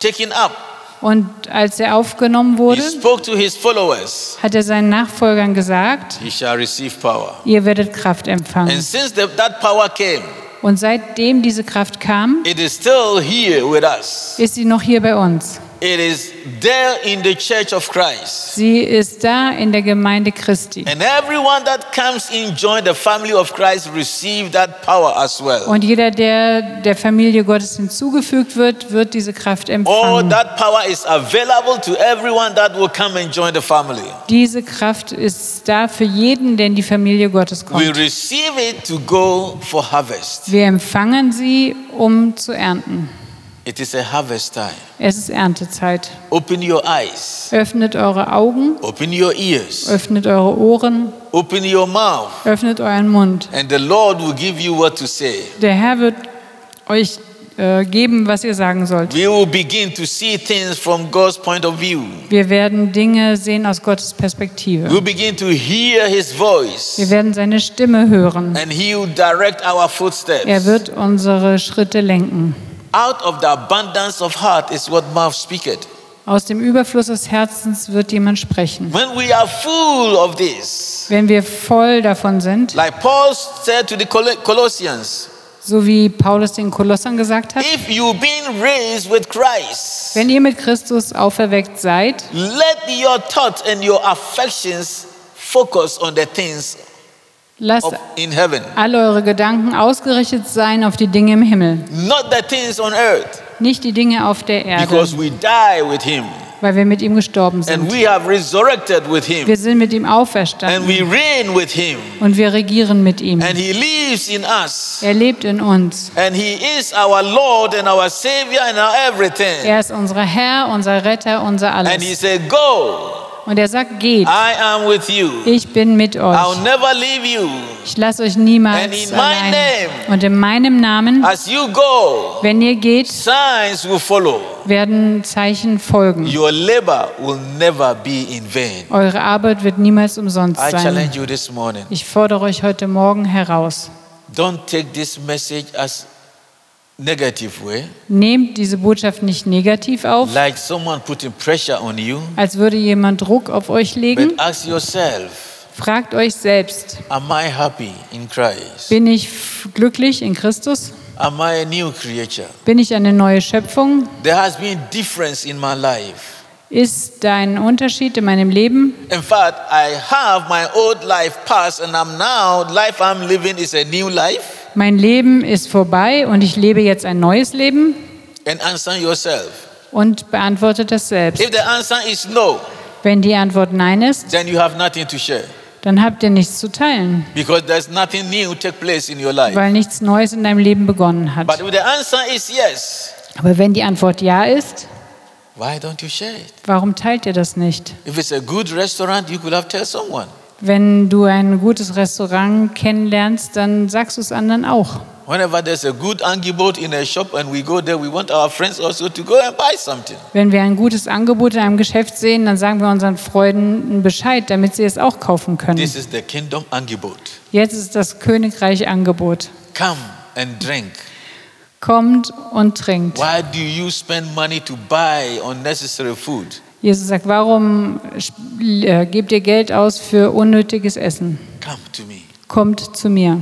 [SPEAKER 1] taken up,
[SPEAKER 2] und als er aufgenommen
[SPEAKER 1] he
[SPEAKER 2] wurde,
[SPEAKER 1] spoke to his followers,
[SPEAKER 2] hat er seinen Nachfolgern gesagt,
[SPEAKER 1] He shall receive power.
[SPEAKER 2] ihr werdet Kraft
[SPEAKER 1] And
[SPEAKER 2] empfangen.
[SPEAKER 1] since the, that power came,
[SPEAKER 2] Und seitdem diese Kraft kam,
[SPEAKER 1] it is still here with us.
[SPEAKER 2] ist sie noch hier bei uns.
[SPEAKER 1] It is there in the church of Christ.
[SPEAKER 2] Sie ist da in der Gemeinde Christi.
[SPEAKER 1] And everyone that comes in join the family of Christ receive that power as well.
[SPEAKER 2] Und jeder, der der Familie Gottes hinzugefügt wird, wird diese Kraft
[SPEAKER 1] All
[SPEAKER 2] empfangen.
[SPEAKER 1] that power is available to everyone that will come and join the family.
[SPEAKER 2] Diese Kraft ist da für jeden, der in die Familie Gottes
[SPEAKER 1] We
[SPEAKER 2] kommt.
[SPEAKER 1] receive it to go for harvest.
[SPEAKER 2] Wir empfangen sie, um zu ernten.
[SPEAKER 1] It is a harvest time.
[SPEAKER 2] Es ist Erntezeit.
[SPEAKER 1] Open your eyes,
[SPEAKER 2] Öffnet eure Augen,
[SPEAKER 1] open your ears,
[SPEAKER 2] öffnet eure Ohren,
[SPEAKER 1] open your mouth,
[SPEAKER 2] öffnet euren Mund.
[SPEAKER 1] and the Lord will give you what to say.
[SPEAKER 2] Der Herr wird euch äh, geben, was ihr sagen sollt.
[SPEAKER 1] We will begin to see things from God's point of view.
[SPEAKER 2] Wir werden Dinge sehen aus Gottes Perspektive.
[SPEAKER 1] We'll begin to hear His voice,
[SPEAKER 2] Wir werden seine Stimme hören.
[SPEAKER 1] and He will direct our
[SPEAKER 2] Er
[SPEAKER 1] footsteps.
[SPEAKER 2] wird unsere Schritte lenken.
[SPEAKER 1] Out of the abundance of heart is what mouth speaketh.
[SPEAKER 2] Aus dem Überfluss des Herzens wird jemand sprechen.
[SPEAKER 1] When we are full of this,
[SPEAKER 2] Wenn wir voll davon sind,
[SPEAKER 1] like Paul said to the Col- Colossians,
[SPEAKER 2] so wie Paulus den Kolossern gesagt hat,
[SPEAKER 1] if you've been raised with Christ,
[SPEAKER 2] wenn ihr mit Christus auferweckt seid,
[SPEAKER 1] let your thoughts and your affections focus on the things
[SPEAKER 2] lasst
[SPEAKER 1] of, in heaven,
[SPEAKER 2] alle eure Gedanken ausgerichtet sein auf die Dinge im Himmel,
[SPEAKER 1] not the things on earth,
[SPEAKER 2] nicht die Dinge auf der Erde,
[SPEAKER 1] because we die with Him.
[SPEAKER 2] weil wir mit ihm gestorben
[SPEAKER 1] And
[SPEAKER 2] sind.
[SPEAKER 1] we have resurrected with him.
[SPEAKER 2] Wir sind mit ihm
[SPEAKER 1] And
[SPEAKER 2] auferstanden
[SPEAKER 1] we reign with him.
[SPEAKER 2] und wir regieren mit ihm.
[SPEAKER 1] And he lives in us.
[SPEAKER 2] Er lebt in uns.
[SPEAKER 1] And he is our Lord and our Savior and our everything.
[SPEAKER 2] Er ist unser Herr, unser Retter, unser
[SPEAKER 1] And he
[SPEAKER 2] Alles.
[SPEAKER 1] said, Go,
[SPEAKER 2] Und er sagt, geht,
[SPEAKER 1] I am with you.
[SPEAKER 2] ich bin mit euch.
[SPEAKER 1] I'll never leave you.
[SPEAKER 2] Ich lasse euch
[SPEAKER 1] And in
[SPEAKER 2] niemals
[SPEAKER 1] my
[SPEAKER 2] allein.
[SPEAKER 1] name.
[SPEAKER 2] Und in meinem Namen,
[SPEAKER 1] As you go,
[SPEAKER 2] wenn ihr geht,
[SPEAKER 1] signs will follow.
[SPEAKER 2] werden Zeichen folgen.
[SPEAKER 1] Your labor will never be in vain.
[SPEAKER 2] Eure Arbeit wird niemals umsonst
[SPEAKER 1] I
[SPEAKER 2] sein.
[SPEAKER 1] challenge you this morning.
[SPEAKER 2] Ich fordere euch heute Morgen heraus.
[SPEAKER 1] Don't take this message as negative way.
[SPEAKER 2] Nehmt diese Botschaft nicht negativ auf,
[SPEAKER 1] Like someone putting pressure on you.
[SPEAKER 2] als würde jemand Druck auf euch legen.
[SPEAKER 1] But ask yourself.
[SPEAKER 2] Fragt euch selbst,
[SPEAKER 1] Am I happy in Christ?
[SPEAKER 2] bin ich f- glücklich in Christus?
[SPEAKER 1] Am I a new creature?
[SPEAKER 2] Bin ich eine neue Schöpfung?
[SPEAKER 1] There has been difference in my life.
[SPEAKER 2] Ist da ein Unterschied in meinem Leben?
[SPEAKER 1] In fact, I have my old life past and I'm now life I'm living is a new life.
[SPEAKER 2] Mein Leben ist vorbei und ich lebe jetzt ein neues Leben?
[SPEAKER 1] And answer yourself.
[SPEAKER 2] Und beantwortet das selbst.
[SPEAKER 1] If the answer is no,
[SPEAKER 2] Wenn die Antwort Nein ist,
[SPEAKER 1] then you have nothing to share
[SPEAKER 2] dann habt ihr nichts zu teilen,
[SPEAKER 1] because there's nothing new take place in your life.
[SPEAKER 2] weil nichts Neues in deinem Leben begonnen
[SPEAKER 1] But
[SPEAKER 2] hat.
[SPEAKER 1] if the answer is yes,
[SPEAKER 2] Aber wenn die Antwort Ja ist,
[SPEAKER 1] why don't you share it?
[SPEAKER 2] warum teilt ihr das nicht?
[SPEAKER 1] If it's a good restaurant, you could have tell someone.
[SPEAKER 2] Wenn du ein gutes Restaurant kennenlernst, dann sagst du es anderen auch.
[SPEAKER 1] Whenever there's a good angiboat in a shop and we go there, we want our friends also to go and buy something.
[SPEAKER 2] Wenn wir ein gutes Angebot in einem Geschäft sehen, dann sagen wir unseren Freunden Bescheid, damit sie es auch kaufen können.
[SPEAKER 1] This is the kingdom angebot.
[SPEAKER 2] Jetzt ist das Königreich Angebot.
[SPEAKER 1] Come and drink.
[SPEAKER 2] kommt und trinkt.
[SPEAKER 1] Why do you spend money to buy unnecessary food?
[SPEAKER 2] Jesus sagt, warum äh, gebt ihr Geld aus für unnötiges Essen?
[SPEAKER 1] Come to me.
[SPEAKER 2] Kommt zu mir.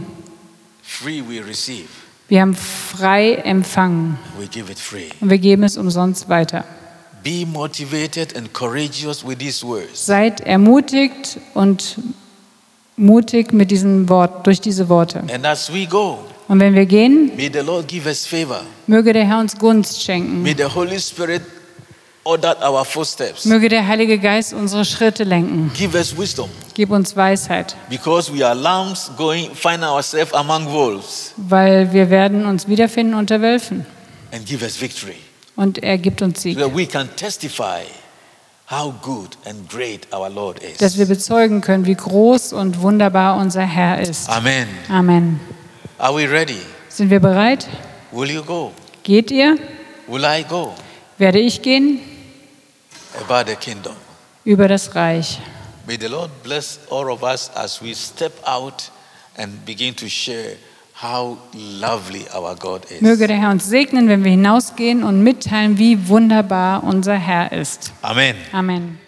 [SPEAKER 1] Free we receive.
[SPEAKER 2] Wir haben frei empfangen
[SPEAKER 1] We give it free.
[SPEAKER 2] und wir geben es umsonst weiter.
[SPEAKER 1] Be motivated and courageous with these words.
[SPEAKER 2] Seid ermutigt und mutig mit diesen Wort, durch diese Worte.
[SPEAKER 1] And as we go,
[SPEAKER 2] Und wenn wir gehen,
[SPEAKER 1] may the Lord give us favor.
[SPEAKER 2] möge der Herr uns Gunst schenken.
[SPEAKER 1] May the Holy Spirit order our footsteps.
[SPEAKER 2] Möge der Heilige Geist unsere Schritte lenken.
[SPEAKER 1] Give us wisdom
[SPEAKER 2] Gib uns Weisheit,
[SPEAKER 1] because we are lambs going find ourselves among wolves
[SPEAKER 2] weil wir werden uns wiederfinden unter Wölfen.
[SPEAKER 1] and give us victory
[SPEAKER 2] Und er gibt uns
[SPEAKER 1] so
[SPEAKER 2] Sieg,
[SPEAKER 1] that we can testify how good and great our Lord
[SPEAKER 2] dass
[SPEAKER 1] is.
[SPEAKER 2] wir bezeugen können, wie groß und wunderbar unser Herr ist.
[SPEAKER 1] Amen.
[SPEAKER 2] Amen.
[SPEAKER 1] Are we ready?
[SPEAKER 2] Sind wir bereit?
[SPEAKER 1] Will you go?
[SPEAKER 2] Geht ihr?
[SPEAKER 1] Will I go?
[SPEAKER 2] Werde ich gehen?
[SPEAKER 1] About the kingdom.
[SPEAKER 2] Über das Reich.
[SPEAKER 1] May the Lord bless all of us as we step out and begin to share how lovely our God is.
[SPEAKER 2] Möge der Herr uns segnen, wenn wir hinausgehen und mitteilen, wie wunderbar unser Herr ist.
[SPEAKER 1] Amen.
[SPEAKER 2] Amen.